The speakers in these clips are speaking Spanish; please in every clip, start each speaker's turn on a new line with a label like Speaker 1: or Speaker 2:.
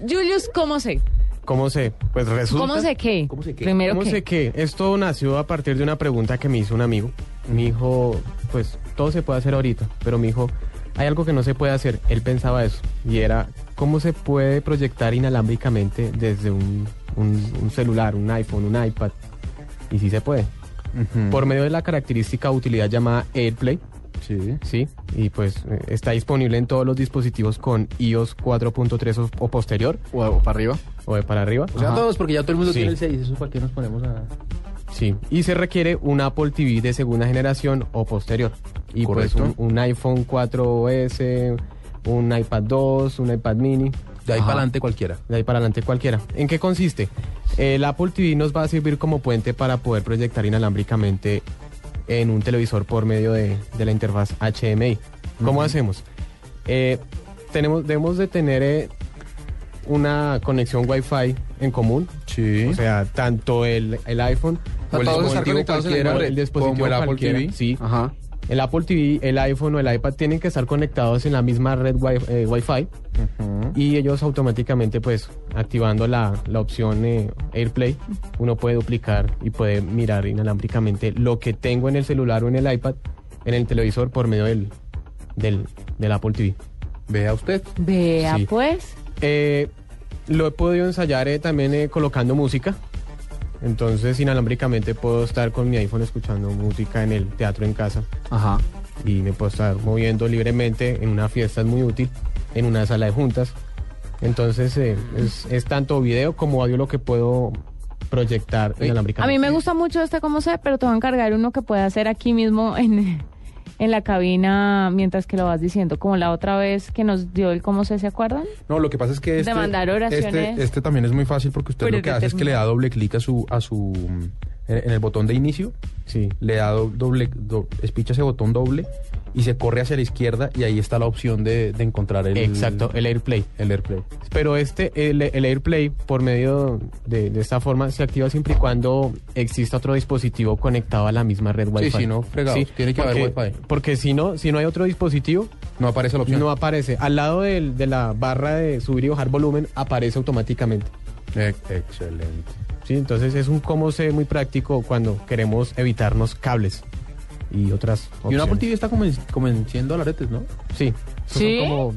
Speaker 1: Julius, ¿cómo sé?
Speaker 2: ¿Cómo sé? Pues resulta.
Speaker 1: ¿Cómo sé qué?
Speaker 3: ¿Cómo sé qué?
Speaker 1: Primero
Speaker 2: ¿Cómo
Speaker 1: que.
Speaker 2: sé qué? Esto nació a partir de una pregunta que me hizo un amigo. Me dijo, pues todo se puede hacer ahorita, pero me dijo, hay algo que no se puede hacer. Él pensaba eso. Y era, ¿cómo se puede proyectar inalámbricamente desde un, un- un celular, un iPhone, un iPad? Y sí se puede.
Speaker 3: Mm.
Speaker 2: Por medio de la característica utilidad llamada AirPlay,
Speaker 3: Sí.
Speaker 2: Sí, y pues eh, está disponible en todos los dispositivos con iOS 4.3 o, o posterior,
Speaker 3: O, o para arriba.
Speaker 2: o de para arriba.
Speaker 3: O sea,
Speaker 2: Ajá.
Speaker 3: todos, porque ya todo el mundo
Speaker 2: Sí.
Speaker 3: tiene el 6. Eso para qué nos ponemos a.
Speaker 2: Sí, y se requiere un Apple TV de segunda generación o posterior. Y pues
Speaker 3: Correcto.
Speaker 2: un, un iPhone 4S, un iPad 2, un iPad mini,
Speaker 3: De ahí
Speaker 2: Ajá.
Speaker 3: para adelante cualquiera.
Speaker 2: de ahí para adelante cualquiera. ¿En qué consiste? El Apple TV nos va a servir como puente para poder proyectar inalámbricamente en un televisor por medio de, de la interfaz HMI. ¿Cómo hacemos? Eh, tenemos, debemos de tener eh, una conexión Wi-Fi en común.
Speaker 3: Sí.
Speaker 2: O sea, tanto el, el iPhone
Speaker 4: sea,
Speaker 2: o el
Speaker 4: todos están
Speaker 2: dispositivo
Speaker 4: conectados en la misma
Speaker 2: cualquiera,
Speaker 4: red,
Speaker 2: el dispositivo
Speaker 4: como el Apple
Speaker 2: cualquiera,
Speaker 4: TV.
Speaker 2: sí.
Speaker 4: Ajá.
Speaker 2: El Apple TV, el iPhone o el iPad tienen que estar conectados en la misma red wi eh, Wi-Fi y ellos automáticamente, pues, activando la, la opción eh, AirPlay, uno puede duplicar y puede mirar inalámbricamente lo que tengo en el celular o en el iPad, en el televisor por medio del, del, del Apple TV.
Speaker 3: Vea usted.
Speaker 1: Vea,
Speaker 2: Sí.
Speaker 1: pues.
Speaker 2: Eh, lo he podido ensayar eh, también eh, colocando música. Entonces, inalámbricamente puedo estar con mi iPhone escuchando música en el teatro en casa
Speaker 4: Ajá.
Speaker 2: y me puedo estar moviendo libremente en una fiesta es muy útil, en una sala de juntas. Entonces eh, es, es tanto video como audio lo que puedo proyectar
Speaker 1: A mí
Speaker 2: inalámbricamente.
Speaker 1: me gusta mucho este cómo sé, pero te voy a encargar uno que puede hacer aquí mismo en, en la cabina mientras que lo vas diciendo, como la otra vez que nos dio el cómo sé, ¿se acuerdan?
Speaker 2: Pues
Speaker 4: No, lo que pasa es que este,
Speaker 1: Demandar oraciones.
Speaker 4: este, este también es muy fácil porque usted
Speaker 1: Pero
Speaker 4: lo que
Speaker 1: de
Speaker 4: hace es que le da doble clic a su, a su mm, en, en el botón de inicio,
Speaker 2: Sí.
Speaker 4: le da do- doble, do- espicha ese botón doble y se corre hacia la izquierda y ahí está la opción de, de encontrar el
Speaker 2: Exacto, el AirPlay.
Speaker 4: el AirPlay.
Speaker 2: Pero este, el, el AirPlay, por medio de, de esta forma, se activa siempre y cuando exista otro dispositivo conectado a la misma red Wi-Fi.
Speaker 4: si no, fregados, tiene que haber
Speaker 2: porque-
Speaker 4: Wi-Fi.
Speaker 2: Porque si no, si no hay otro dispositivo,
Speaker 4: No aparece la opción.
Speaker 2: no aparece. Al lado del- de la barra de subir y bajar volumen, aparece automáticamente.
Speaker 4: Ex- Excelente.
Speaker 2: Sí, entonces es un cómo sé muy práctico cuando queremos evitarnos cables y otras
Speaker 4: Y una
Speaker 2: opciones.
Speaker 4: Apple TV está como en, como en 100 dolaretes, ¿no?
Speaker 2: Sí,
Speaker 4: Eso son
Speaker 1: ¿Sí?
Speaker 4: como-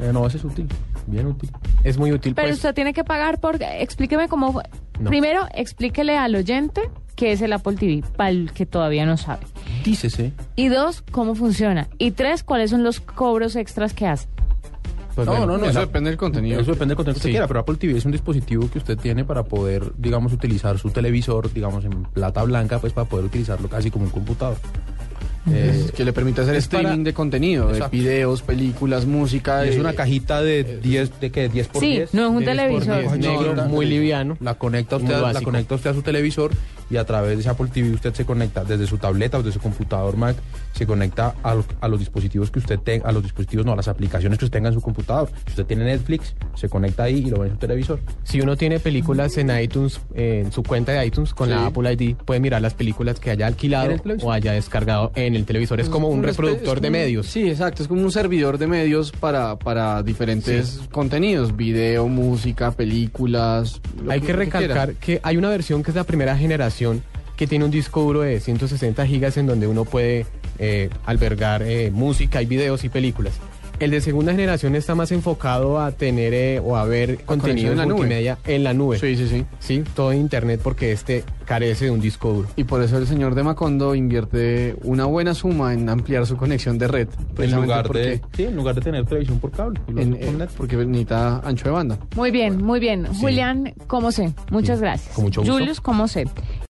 Speaker 4: eh, no, ese es útil. Bien útil.
Speaker 2: es muy útil.
Speaker 1: Pero
Speaker 2: pues.
Speaker 1: usted tiene que pagar por... Explíqueme cómo... fue.
Speaker 2: No.
Speaker 1: Primero, explíquele al oyente qué es el Apple TV, para el que todavía no sabe.
Speaker 4: Dícese.
Speaker 1: Y dos, cómo funciona. Y tres, cuáles son los cobros extras que hace.
Speaker 2: Pues
Speaker 4: no,
Speaker 2: bueno,
Speaker 4: no, no.
Speaker 3: eso
Speaker 4: la-
Speaker 3: depende del contenido.
Speaker 4: Eso depende del contenido que usted
Speaker 2: Sí.
Speaker 4: quiera, pero Apple TV es un dispositivo que usted tiene para poder, digamos, utilizar su televisor, digamos, en plata blanca, pues para poder utilizarlo casi como un computador. Eh,
Speaker 3: que le permite hacer
Speaker 4: es
Speaker 3: streaming
Speaker 4: para-
Speaker 3: de contenido,
Speaker 4: Exacto.
Speaker 3: de videos, películas, música. eh,
Speaker 4: es
Speaker 3: de-
Speaker 4: una cajita de 10, ¿de qué? 10 por
Speaker 1: Sí,
Speaker 4: 10.
Speaker 1: no es un
Speaker 2: 10 por
Speaker 1: televisor.
Speaker 2: 10,
Speaker 4: No,
Speaker 2: negro,
Speaker 4: no, no,
Speaker 2: muy
Speaker 4: no.
Speaker 2: liviano.
Speaker 4: La conecta,
Speaker 2: Muy
Speaker 4: usted, a- la
Speaker 2: básico.
Speaker 4: conecta usted a su televisor y a través de ese Apple TV usted se conecta desde su tableta o desde su computador Mac, se conecta a, lo- a los dispositivos que usted tenga, a los dispositivos no, a las aplicaciones que usted tenga en su computador. Si usted tiene Netflix, se conecta ahí y lo ve en su televisor.
Speaker 2: Si uno tiene películas en iTunes, eh, en su cuenta de iTunes con la
Speaker 3: Sí.
Speaker 2: Apple ID, puede mirar las películas que haya
Speaker 4: ¿En
Speaker 2: alquilado
Speaker 4: el televisor?
Speaker 2: o haya descargado en el televisor. Es como un
Speaker 3: espe-
Speaker 2: reproductor
Speaker 3: Mm, es
Speaker 2: de
Speaker 3: como-
Speaker 2: medios.
Speaker 3: Sí, exacto. Es como un servidor de medios para, para diferentes contenidos: video, música, películas. lo
Speaker 2: Hay que
Speaker 3: lo quiera.
Speaker 2: recalcar que hay una versión que es la primera generación que tiene un disco duro de 160 gigas en donde uno puede eh, albergar eh, música y videos y películas. El de segunda generación está más enfocado a tener eh, o a ver contenido
Speaker 3: en la nube.
Speaker 2: multimedia en la nube.
Speaker 3: Sí, sí, sí.
Speaker 2: Sí, todo en internet porque este carece de un disco duro.
Speaker 3: Y por eso el señor de Macondo invierte una buena suma en ampliar su conexión de red.
Speaker 4: En
Speaker 3: precisamente
Speaker 4: lugar, de,
Speaker 3: porque-
Speaker 4: sí, en lugar de tener televisión por cable. y lo
Speaker 3: en-
Speaker 4: hace con
Speaker 3: eh,
Speaker 4: Netflix.
Speaker 3: porque necesita ancho de banda.
Speaker 1: Muy bien, muy bien. Julián, ¿cómo sé? Muchas gracias.
Speaker 2: con mucho gusto.
Speaker 1: Julius, ¿cómo sé?